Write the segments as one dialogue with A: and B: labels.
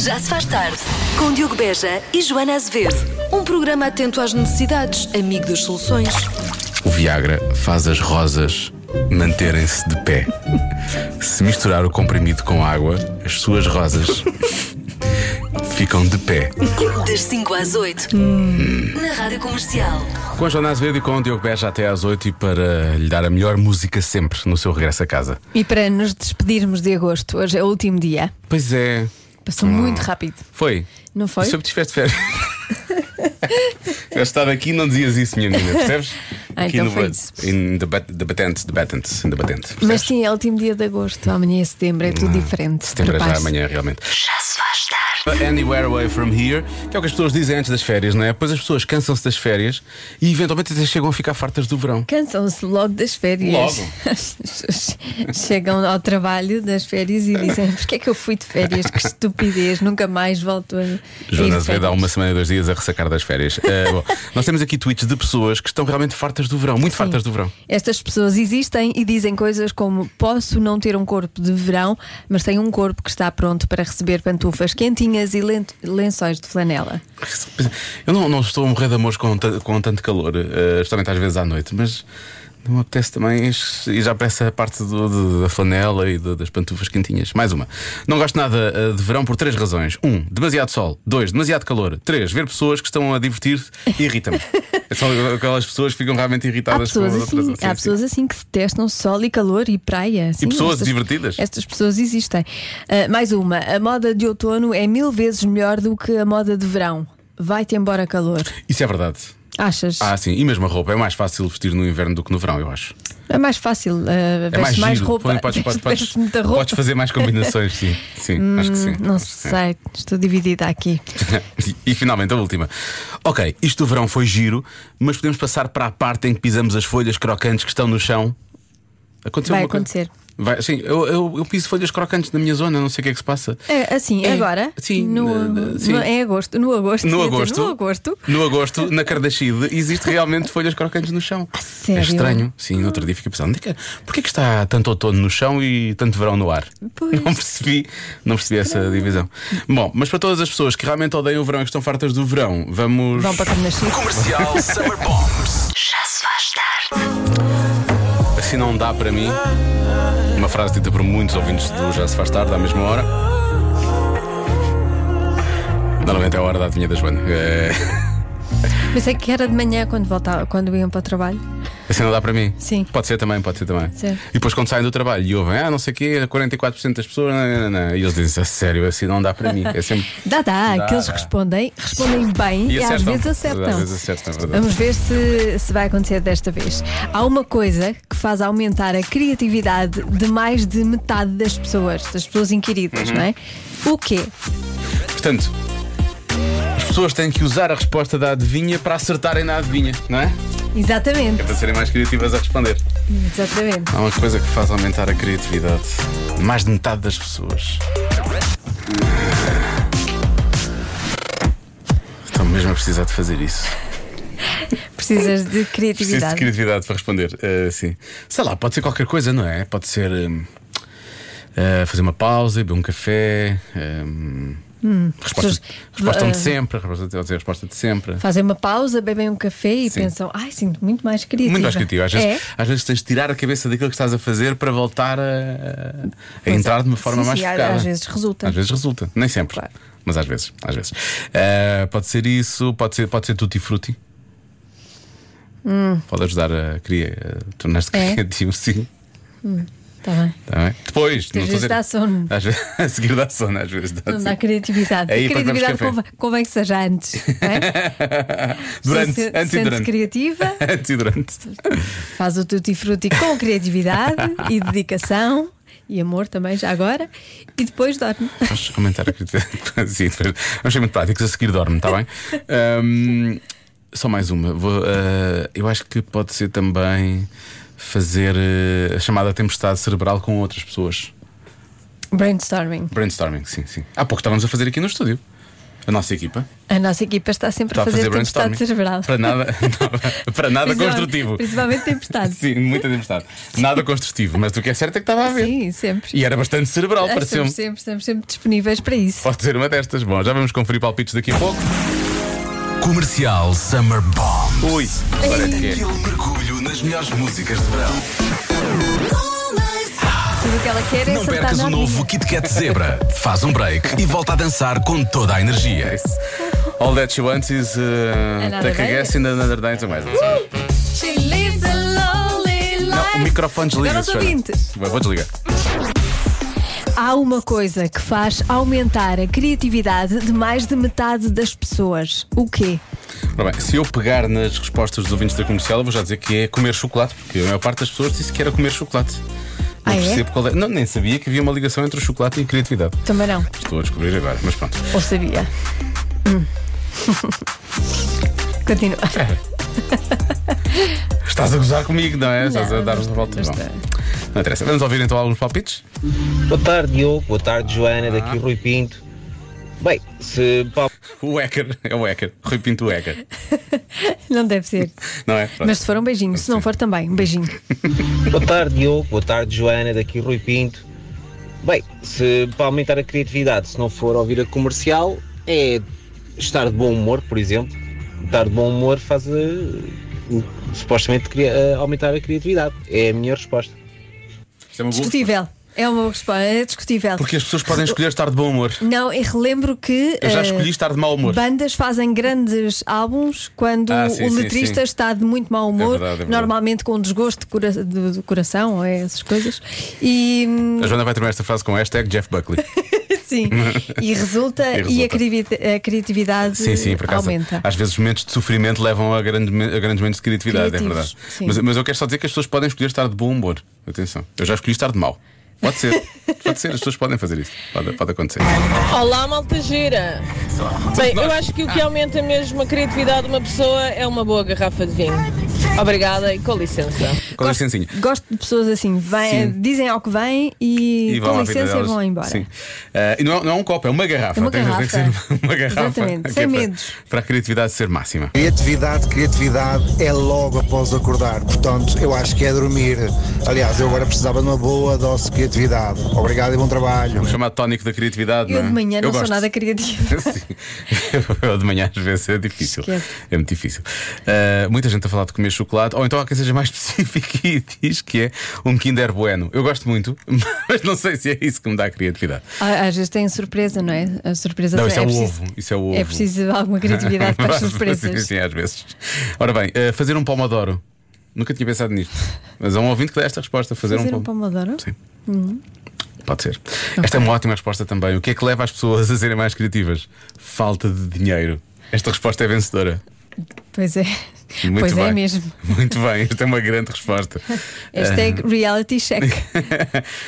A: Já se faz tarde, com Diogo Beja e Joana Azevedo. Um programa atento às necessidades, amigo das soluções.
B: O Viagra faz as rosas manterem-se de pé. Se misturar o comprimido com água, as suas rosas ficam de pé.
A: Das 5 às 8, na Rádio Comercial.
B: Com a Joana Azevedo e com o Diogo Beja até às 8 e para lhe dar a melhor música sempre no seu regresso a casa.
C: E para nos despedirmos de agosto, hoje é o último dia.
B: Pois é,
C: Passou muito rápido,
B: foi.
C: não foi?
B: E Sobre tiveste férias. Eu estava aqui e não dizias isso, minha menina, percebes?
C: Ah,
B: aqui
C: então
B: no
C: foi
B: bat-
C: isso.
B: in the bat- the batente, the batente, in the batente. percebes?
C: Mas sim, é o último dia de agosto, amanhã é setembro, é tudo diferente.
B: Setembro é já
C: Prepare-se.
B: amanhã, realmente.
A: Já se faz tarde.
B: Anywhere away from here, que é o que as pessoas dizem antes das férias, não é? Depois as pessoas cansam-se das férias e eventualmente até chegam a ficar fartas do verão.
C: Cansam-se logo das férias.
B: Logo.
C: As pessoas Chegam ao trabalho das férias e dizem: Porquê é que eu fui de férias? Que estupidez, nunca mais volto a. a ir de
A: é
B: Joana Azevedo há
C: férias."
B: uma semana e dois dias a ressacar das férias. Eh, bom, nós temos aqui tweets de pessoas que estão realmente fartas do verão, muito fartas do verão.
C: Estas pessoas existem e dizem coisas como: Posso não ter um corpo de verão, mas tenho um corpo que está pronto para receber pantufas quentinhas e len- lençóis de flanela.
B: Eu não, não estou a morrer de amor com, tan- com tanto calor, eh, especialmente às vezes à noite, mas não me apetece também. es- E já parece a parte do- do- da flanela e do- das pantufas quentinhas. Mais uma. Não gosto nada eh, de verão por três razões: um, demasiado sol. Dois, demasiado calor. Três, ver pessoas que estão a divertir irrita-me. São aquelas pessoas que ficam realmente
C: Há
B: irritadas
C: pessoas
B: com as outras.
C: assim,
B: Sim,
C: há
B: sim.
C: pessoas assim que detestam sol e calor e praia. Sim,
B: pessoas divertidas.
C: Estas pessoas existem. Ah, mais uma: a moda de outono é mil vezes melhor do que a moda de verão. Vai-te embora calor.
B: Isso é verdade.
C: Achas?
B: Ah, sim, e mesmo a roupa. É mais fácil vestir no inverno do que no verão, eu acho.
C: É mais fácil. ah,
B: É mais,
C: veste mais
B: giro.
C: roupa.
B: Põe- Podes, podes,
C: veste-
B: podes,
C: veste muita roupa. Hum,
B: podes fazer mais combinações, sim. Sim, acho que sim.
C: Não
B: Acho que sim.
C: sei, estou dividida aqui.
B: e, e, finalmente a última. Ok, isto do verão foi giro, mas podemos passar para a parte em que pisamos as folhas crocantes que estão no chão. Aconteceu
C: Vai
B: alguma coisa?
C: acontecer.
B: Vai, sim, eu, eu, eu piso folhas crocantes na minha zona, não sei o que é que se passa.
C: É, assim,
B: É,
C: agora?
B: sim,
C: no,
B: eh, sim.
C: no- em agosto. No agosto.
B: No
C: quer dizer,
B: agosto,
C: no agosto.
B: no agosto, na Kardashide, existe realmente folhas crocantes no chão.
C: Ah, sério?
B: É estranho. Sim, no outro dia fiquei pensando, onde é que- porquê que está tanto outono no chão e tanto verão no ar?
C: Pois.
B: Não percebi, não percebi essa divisão. Bom, mas para todas as pessoas que realmente odeiam o verão e que estão fartas do verão, vamos.
C: Vão para Carnascido.
D: Comercial Summer Bombs.
A: Já se faz tarde.
B: Se Assim não dá para mim, uma frase dita por muitos ouvintes do Já se faz tarde, à mesma hora. Normalmente é a hora da adivinha da Joana. É,
C: Pensei que era de manhã quando, voltava, quando iam para o trabalho.
B: Assim não dá para mim?
C: Sim.
B: Pode ser também, pode ser também.
C: Certo.
B: E depois quando saem do trabalho e ouvem, ah, não sei o quê, 44% das pessoas, não, não, não. e eles dizem, a sério, assim não dá para mim. É sempre.
C: Dá, dá,
B: Dá,
C: que eles
B: dá.
C: respondem, respondem bem e, às vezes acertam.
B: Às vezes acertam, é verdade.
C: Vamos ver se, se vai acontecer desta vez. Há uma coisa que faz aumentar a criatividade de mais de metade das pessoas, das pessoas inquiridas,
B: Uhum.
C: não é? O quê?
B: Portanto, as pessoas têm que usar a resposta da adivinha para acertarem na adivinha, não é?
C: Exatamente,
B: É para serem mais criativas a responder.
C: exatamente.
B: Há uma coisa que faz aumentar a criatividade. Mais de metade das pessoas. Estão mesmo a precisar de fazer isso.
C: Precisas de
B: Preciso de
C: criatividade.
B: criatividade para responder. eh, sim. Sei lá, pode ser qualquer coisa, não é? Pode ser hum, eh, fazer uma pausa, beber um café. hum,
C: pessoas-
B: resposta, resposta
C: eh,
B: de sempre, resposta, pode ser a resposta de sempre.
C: Fazem uma pausa, bebem um café e
B: Sim.
C: pensam, ai, sinto muito mais criativa.
B: Muito mais criativo. Às vezes,
C: É?
B: às vezes tens de tirar a cabeça daquilo que estás a fazer para voltar a, a entrar de uma forma
C: é. Sim,
B: mais
C: sim, às-
B: focada.
C: às vezes resulta.
B: Às vezes resulta, nem sempre.
C: Claro.
B: Mas às vezes, às vezes. Ah, pode ser isso, pode ser, pode ser tutti frutti. Pode ajudar a criar, a tornar-te
C: Hum. É?
B: criativo, sim.
C: Tá bem.
B: Tá bem? Depois,
C: Às vezes dá sono.
B: Às vezes, a seguir dá sono, às vezes dá
C: Não
B: sim.
C: dá criatividade.
B: Aí,
C: a
B: depois bebes
C: criatividade
B: café.
C: convém, convém que seja antes. não é?
B: Durante,
C: Se- se-
B: antes e
C: Sente-se
B: durante.
C: criativa,
B: Antes e durante.
C: faz o tutti frutti com criatividade e dedicação e amor também, já agora, e depois dorme.
B: Vamos aumentar a criatividade. Sim, depois- vamos ser muito práticos. A seguir dorme, está bem? Ahm, só mais uma. Vou, ah, eu acho que pode ser também fazer ah, a chamada tempestade cerebral com outras pessoas.
C: Brainstorming.
B: Brainstorming, sim, sim. Há pouco estávamos a fazer aqui no estúdio. A nossa equipa
C: A nossa equipa está sempre
B: está
C: a fazer, tempestade
B: brainstorming.
C: cerebral.
B: Para nada, para nada
C: Principalmente-
B: construtivo.
C: Principalmente tempestade.
B: Sim, muita tempestade. Nada construtivo, mas o que é certo é que estava a ver.
C: Sim, sempre.
B: E era bastante cerebral,
C: Nós
B: pareceu-me.
C: estamos sempre, estamos sempre disponíveis para isso.
B: Pode ser uma destas. Bom, já vamos conferir palpites daqui a pouco.
D: Comercial Summer Bomb.
B: Ui, agora é que é.
D: Aquele mergulho nas melhores músicas de verão.
C: Tudo o que ela quer é
D: Não
C: saltar
D: percas
C: na
D: o novo
C: areia.
D: Kit Kat Zebra. Faz um break e volta a dançar com toda a energia.
B: All that she wants is uh,
C: É
B: take a
C: day.
B: guess in another day. Então, mais. Não,
C: She lives a lonely
B: o
C: life.
B: microfone
C: Agora
B: desliga.
C: os ouvintes.
B: Vou desligar.
C: Há uma coisa que faz aumentar a criatividade de mais de metade das pessoas. O quê?
B: Ora bem, se eu pegar nas respostas dos ouvintes da comercial, eu vou já dizer que é comer chocolate, porque a maior parte das pessoas disse que era comer chocolate. Não
C: Ah, é?
B: percebo qual é. Não, nem sabia que havia uma ligação entre o chocolate e a criatividade.
C: Também não.
B: Estou a descobrir agora, mas pronto.
C: Ou sabia? Hum. Continua.
B: Estás a gozar comigo, não é? Estás a
C: Não, tá.
B: dar-nos a
C: não
B: volta.
C: estou.
B: Bom, Não interessa. Vamos ouvir então alguns palpites?
E: Boa tarde, Diogo. Boa tarde, Joana. Daqui Rui Pinto. Bem, se pá,
B: O Hacker, é o Hacker. Rui Pinto o Hacker.
C: Não deve ser.
B: Não é? Pronto.
C: Mas se for um beijinho, se não for também, um beijinho.
E: boa tarde, Diogo. Boa tarde, Joana. Daqui Rui Pinto. Bem, se para aumentar a criatividade, se não for ouvir a comercial, é estar de bom humor, por exemplo. Estar de bom humor faz eh, supostamente cria- eh, aumentar a criatividade. É a minha resposta.
B: Isto é uma boa-
C: Discutível. É uma boa resposta, é discutível.
B: Porque as pessoas podem escolher estar de bom humor.
C: Não, eu relembro que.
B: Eu já
C: eh,
B: escolhi estar de mau humor.
C: Bandas fazem grandes álbuns quando
B: Ah, sim,
C: o
B: sim,
C: letrista
B: sim.
C: está de muito mau humor,
B: É verdade, é verdade.
C: normalmente com desgosto de, cora- de- de coração ou essas coisas. E hum,
B: A Joana vai terminar esta frase com hashtag Jeff Buckley.
C: sim, e resulta
B: E
C: e,
B: resulta.
C: a, crivi- a criatividade
B: Sim, sim, por acaso.
C: aumenta.
B: Às vezes momentos de sofrimento levam a grandes, me- a grandes momentos de criatividade, é
C: Criativos,
B: verdade.
C: sim.
B: Mas, mas eu quero só dizer que as pessoas podem escolher estar de bom humor. Atenção, eu já escolhi estar de mau. Pode ser, pode ser, as pessoas podem fazer isso. Pode, pode acontecer.
F: Olá, malta gira! Bem, eu acho que o que aumenta mesmo a criatividade de uma pessoa é uma boa garrafa de vinho. Obrigada e com licença.
B: Com
C: gosto,
B: licencinha.
C: gosto de pessoas assim, vêm-
B: Sim.
C: dizem ao que vêm e,
B: à
C: com
B: vida
C: licença
B: delas.
C: vão embora.
B: Sim. Ah, e não é, não é um copo, é uma garrafa.
C: É uma
B: tem, tem que ser
C: garrafa.
B: uma, uma garrafa.
C: Exatamente,
B: que é
C: sem
B: para-
C: medos.
B: Para a criatividade ser máxima.
G: Criatividade, criatividade é logo após acordar. Portanto, eu acho que é dormir. Aliás, eu agora precisava de uma boa dose de criatividade. Obrigado e bom trabalho.
B: O chamado tónico da criatividade.
C: Eu
B: não é?
C: de manhã não sou
B: gosto.
C: nada criativa.
B: Sim. Eu de manhã às vezes é difícil.
C: Esquece.
B: É muito difícil. Ah, muita gente a falar de comer chocolate, ou então há quem seja mais específico e diz que é um Kinder Bueno. Eu gosto muito, mas não sei se é isso que me dá criatividade.
C: Ah, Às vezes tem surpresa, não é? A surpresa
B: Não, isso é, o
C: preciso-
B: ovo. Isso é o ovo.
C: É preciso alguma criatividade para as surpresas.
B: sim, sim, às vezes. Ora bem, ah, fazer um pomodoro. Nunca tinha pensado nisto. Mas há um ouvinte que dá esta resposta: fazer,
C: Fazer
B: um,
C: um
B: pomodoro.
C: pomodoro?
B: Sim. Pode ser. Esta é uma ótima resposta também. O que é que leva as pessoas a serem mais criativas? Falta de dinheiro. Esta resposta é vencedora.
C: Pois é.
B: Muito
C: pois
B: bem. Ah.
C: é mesmo.
B: Muito bem, esta é uma grande resposta. Eh,
C: Hashtag reality check.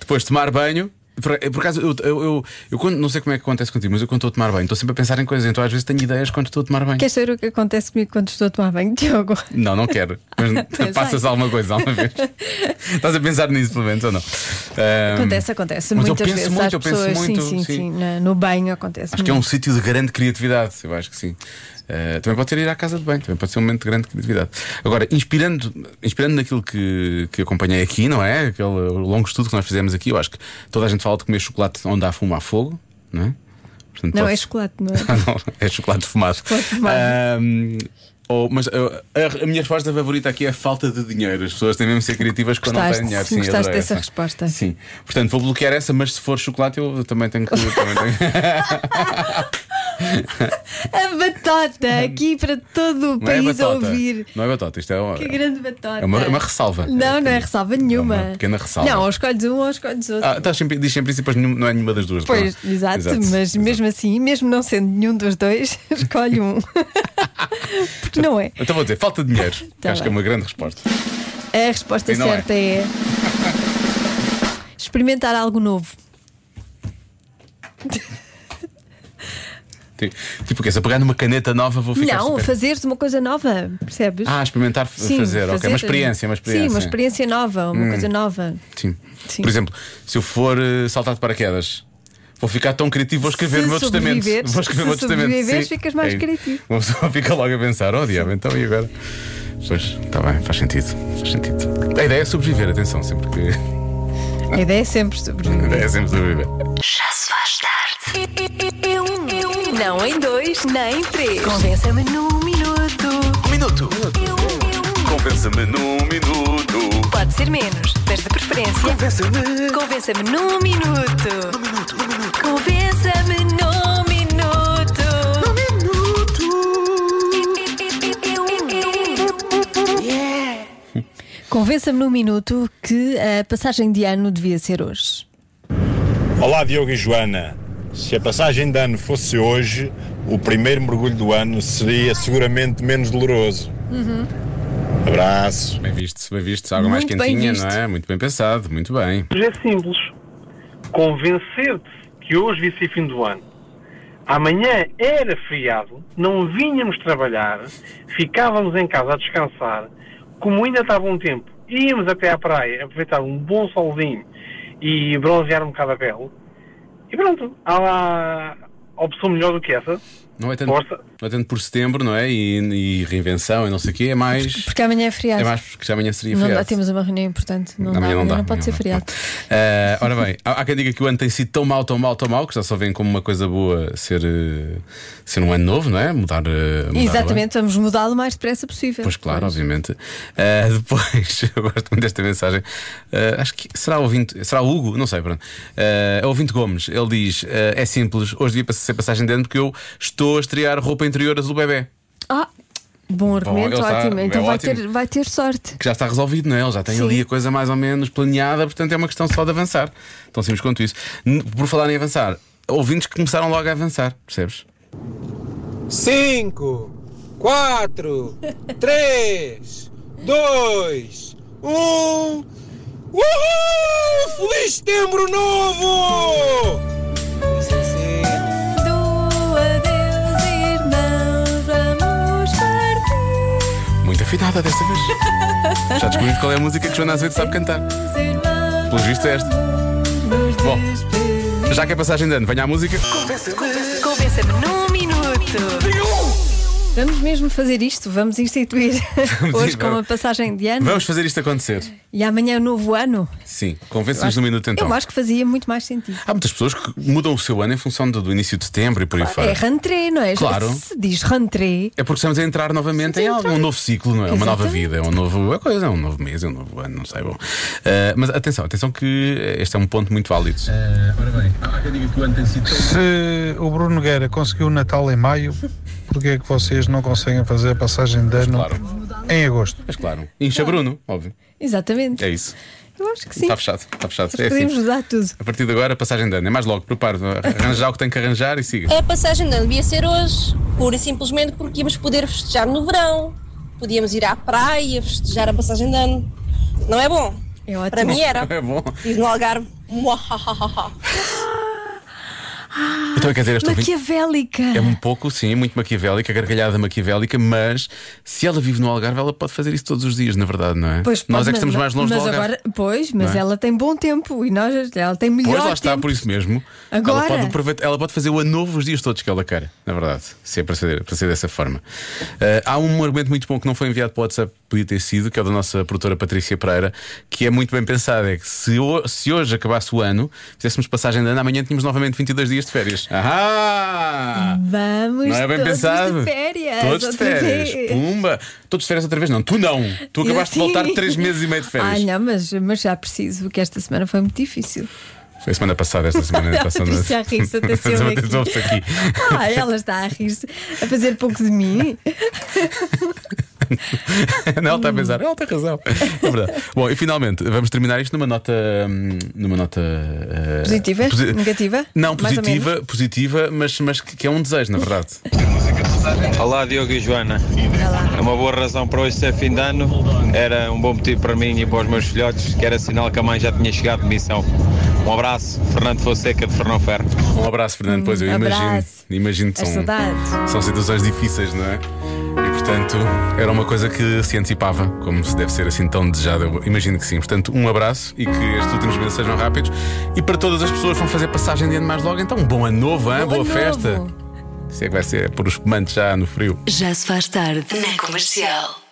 B: Depois, tomar banho. Por, eh, por acaso, eu, eu, eu, eu quando- não sei como é que acontece contigo, mas eu quando estou a tomar banho, estou sempre a pensar em coisas, então às vezes tenho ideias quando estou a tomar banho.
C: Queres saber o que acontece comigo quando estou a tomar banho, Diogo?
B: Não, não quero. Mas
C: Pensei.
B: passas alguma coisa alguma vez. Estás a pensar nisso, pelo menos, ou não? Ahm,
C: Acontece, acontece.
B: mas eu
C: Muitas
B: penso
C: vezes
B: muito,
C: às
B: eu penso
C: pessoas.
B: muito,
C: sim, sim,
B: sim.
C: sim, na- No banho acontece.
B: Acho que é um
C: muito.
B: sítio de grande criatividade, eu acho que sim. Eh, também pode ser ir à casa de bem, também pode ser um momento de grande criatividade. Agora, inspirando, inspirando naquilo que, que acompanhei aqui, não é? Aquele longo estudo que nós fizemos aqui, eu acho que toda a gente fala de comer chocolate onde há fumo há fogo, não é? Portanto,
C: Não,
B: pode-
C: é chocolate, não é?
B: Ah, não, é chocolate fumado.
C: Chocolate fumado.
B: Ahm, ou- mas eu- a, a minha resposta favorita aqui é falta de dinheiro. As pessoas têm mesmo de ser criativas quando não
C: Gostaste,
B: têm dinheiro.
C: sim, gostaste
B: adorei
C: dessa
B: essa.
C: resposta.
B: Sim. Portanto, vou bloquear essa, mas se for chocolate, eu também tenho que. também tenho-
C: A batota aqui para todo o
B: Não é
C: país
B: batota.
C: ouvir.
B: Não é batota, isto é uma,
C: Que grande batota.
B: é uma, é uma ressalva.
C: Não, não é ressalva nenhuma.
B: É uma pequena ressalva.
C: Não, ou escolhes um ou escolhes outro.
B: Ah, estás sempre, diz sempre isso e depois nenhum- não é nenhuma das duas.
C: Pois,
B: pronto.
C: exato, mas
B: exato.
C: mesmo assim, mesmo não sendo nenhum dos dois, escolhe um. Porque não é.
B: Então vou dizer, falta de dinheiro.
C: Tá
B: Acho que é
C: bem.
B: uma grande resposta.
C: A resposta
B: E não é.
C: certa é. experimentar algo novo.
B: Ti- Tipo o quê? Se eu pegar numa caneta nova, vou ficar.
C: não,
B: super-
C: fazeres uma coisa nova, percebes?
B: Ah, experimentar
C: Sim,
B: fazer, ok. Uma experiência, uma experiência. Hum.
C: Sim, uma experiência nova, uma coisa nova.
B: Sim.
C: Sim.
B: Por exemplo, se eu for eh, saltar de paraquedas, Vou ficar tão criativo, vou escrever
C: Se
B: o meu testamento.
C: sobreviveres-
B: Vou escrever o meu
C: se
B: testamento.
C: sobreviveres, ficas mais
B: É,
C: criativo.
B: Uma pessoa fica logo a pensar, oh diabo, então e agora? Pois, está bem, faz sentido. Faz sentido. A ideia é sobreviver, atenção, sempre que.
C: A ideia é sempre
B: A
C: sobreviver.
B: ideia é sempre sobreviver.
A: Já se faz tarde. Não em dois, nem em três. Convença-me num minuto.
D: Um minuto. Convença-me num minuto.
A: Pode ser menos, mas de preferência.
D: Convença-me.
A: Convença-me num minuto. Num minuto, num minuto. Convença-me num minuto. Num minuto.
C: Convença-me num minuto que a passagem de ano devia ser hoje.
H: Olá Diogo e Joana. Se a passagem de ano fosse hoje, o primeiro mergulho do ano seria seguramente menos doloroso. Abraço.
B: Bem visto, bem visto, algo mais
C: Muito bem
B: quentinha,
C: visto.
B: não é? Muito bem pensado, muito bem.
I: Hoje é simples. Convencer-te que hoje vai ser fim do ano. Amanhã era feriado, não vinhamos trabalhar, ficávamos em casa a descansar. Como ainda estava um tempo, íamos até à praia aproveitar um bom solzinho e bronzear um bocado a pele. E pronto, há lá opção melhor do que essa.
B: Não é tanto,
I: Força.
B: não é tanto por setembro, não é? E, e reinvenção e não sei o quê, é mais.
C: Porque amanhã é feriado.
B: É mais porque já amanhã seria
C: Não dá,
B: feriado.
C: temos uma reunião importante. Não,
B: Amanhã
C: dá,
B: não dá.
C: não pode
B: amanhã
C: ser
B: não dá.
C: feriado.
B: Ah, ora bem, há, há quem diga que o ano tem sido tão mau, tão mau, tão mau, que já só vem como uma coisa boa ser, eh, ser um ano novo, não é? Mudar. eh, mudar o ano.
C: Exatamente, vamos mudá-lo o mais depressa possível.
B: Pois claro, obviamente. Ah, depois, eu gosto muito desta mensagem. Ah, acho que será o ouvinte, será o Hugo, não sei, pronto. Ah, é o ouvinte Gomes, ele diz: ah, é simples, hoje devia ser passagem de ano porque eu estou a estrear roupa interior azul bebê.
C: Ah, bom argumento,
B: ele está-
C: ótimo.
B: é
C: Então vai,
B: ótimo.
C: Ter, vai ter sorte.
B: Que já está resolvido, não é? Ele já tem
C: Sim.
B: ali a coisa mais ou menos planeada, portanto é uma questão só de avançar. Tão simples quanto isso. N- Por falar em avançar, ouvintes que começaram logo a avançar, percebes?
E: 5, 4, 3, 2, 1. Uhul! Feliz Setembro Novo!
C: Do adeus, irmãos, vamos partir.
B: Muito afinada desta vez. já descobrimos qual é a música que Joana Azevedo sabe cantar.
C: irmãos,
B: Pelos vistos é esta. Bom, já que é passagem de ano, venha à música.
A: Convença-me num minuto.
C: Vamos mesmo fazer isto, vamos instituir hoje
B: ir,
C: como a
B: vamos.
C: passagem de ano
B: Vamos fazer isto acontecer.
C: e amanhã é o novo ano.
B: Sim, convence-nos no minuto então.
C: Eu acho que fazia muito mais sentido.
B: Há muitas pessoas que mudam o seu ano em função do, do início de setembro e por aí
C: É
B: fora.
C: rentré, não é?
B: Claro.
C: Se diz rentré,
B: É porque estamos a entrar novamente em
C: Estamos a
B: algo, um novo ciclo, não é? Uma nova
C: Exatamente.
B: vida, é um novo é coisa, é um novo mês, é um novo ano, não sei. Bom. Ah, mas atenção, atenção que este é um ponto muito válido.
J: Se o Bruno Nogueira conseguiu o Natal em maio, porquê é que vocês não conseguem fazer a passagem de ano
B: Claro.
J: em agosto?
B: Mas claro, incha Bruno, óbvio.
C: exatamente.
B: É isso.
C: Eu acho que sim.
B: Está fechado, está fechado.
C: Nós
B: É
C: podemos
B: assim.
C: mudar tudo.
B: A partir de agora, passagem de ano. É mais logo, preparo, arranjar o que tem que arranjar e siga.
K: A passagem de ano devia ser hoje, pura e simplesmente porque íamos poder festejar no verão. Podíamos ir à praia festejar a passagem de ano. Não é bom?
C: É ótimo.
K: Para mim era.
B: É bom.
K: Diz no Algarve. Muahahaha.
B: Então quer dizer, este ouvinte-
C: Maquiavélica.
B: É um pouco, sim, muito maquiavélica, gargalhada maquiavélica, mas se ela vive no Algarve, ela pode fazer isso todos os dias, na verdade, não é?
C: Pois,
B: Nós
C: pode,
B: é que estamos
C: mas-
B: mais longe
C: mas
B: do Algarve.
C: agora, Pois, mas
B: Não é?
C: ela tem bom tempo e nós, ela tem melhor
B: Pois lá está,
C: tempo.
B: por isso mesmo. Ela
C: Agora.
B: pode, aproveitar- ela pode fazer o ano novo os dias todos que ela quer, na verdade, se é para ser, para ser dessa forma. Ah, há um argumento muito bom que não foi enviado para o WhatsApp, podia ter sido, que é o da nossa produtora Patrícia Pereira, que é muito bem pensado: é que se, ho- se hoje acabasse o ano, fizéssemos passagem de ano, amanhã tínhamos novamente 22 dias de férias. Ahá!
C: Vamos
B: Não é bem
C: todos
B: pensado.
C: de férias.
B: Todos de
C: outra
B: férias.
C: vez.
B: Pumba. Todos de férias outra vez, não. Tu não. Tu acabaste de
C: Sim.
B: voltar três meses e meio de férias.
C: Ai, Ah, não, mas, mas já preciso, porque esta semana foi muito difícil.
B: Foi semana passada, esta semana
C: Não,
B: passada.
C: isso já ri-se, atenção aqui.
B: Ouve-se aqui.
C: Ah, ela está a rir-se, a fazer pouco de mim.
B: Não, ela está a pensar, ela tem razão. É verdade. Bom, e finalmente, vamos terminar isto numa nota. hum, Numa nota eh,
C: Positiva?
B: posi-
C: Negativa?
B: Não,
C: Mais ou
B: positiva, positiva, mas, mas que, que é um desejo, na verdade.
E: Olá Diogo e Joana. Uma boa razão para hoje ser fim de ano era um bom motivo para mim e para os meus filhotes, que era sinal que a mãe já tinha chegado de missão. Um abraço, Fernando Fonseca de Fernão Ferro.
B: Um abraço, Fernando. Pois eu
C: Um
B: imagino.
C: abraço.
B: Imagino que
C: As
B: são,
C: saudades.
B: são situações difíceis, não é? E portanto, Portanto, era uma coisa que se antecipava, como se deve ser assim tão desejada. Eu imagino que sim. Portanto, um abraço e que estes últimos meses sejam rápidos. E para todas as pessoas que vão fazer passagem de ano mais logo, então, bom ano novo, hein?
A: Bom
B: boa
A: ano
B: festa.
A: novo.
B: Se é que vai ser por os espumantes já no frio.
A: Já se faz tarde na comercial.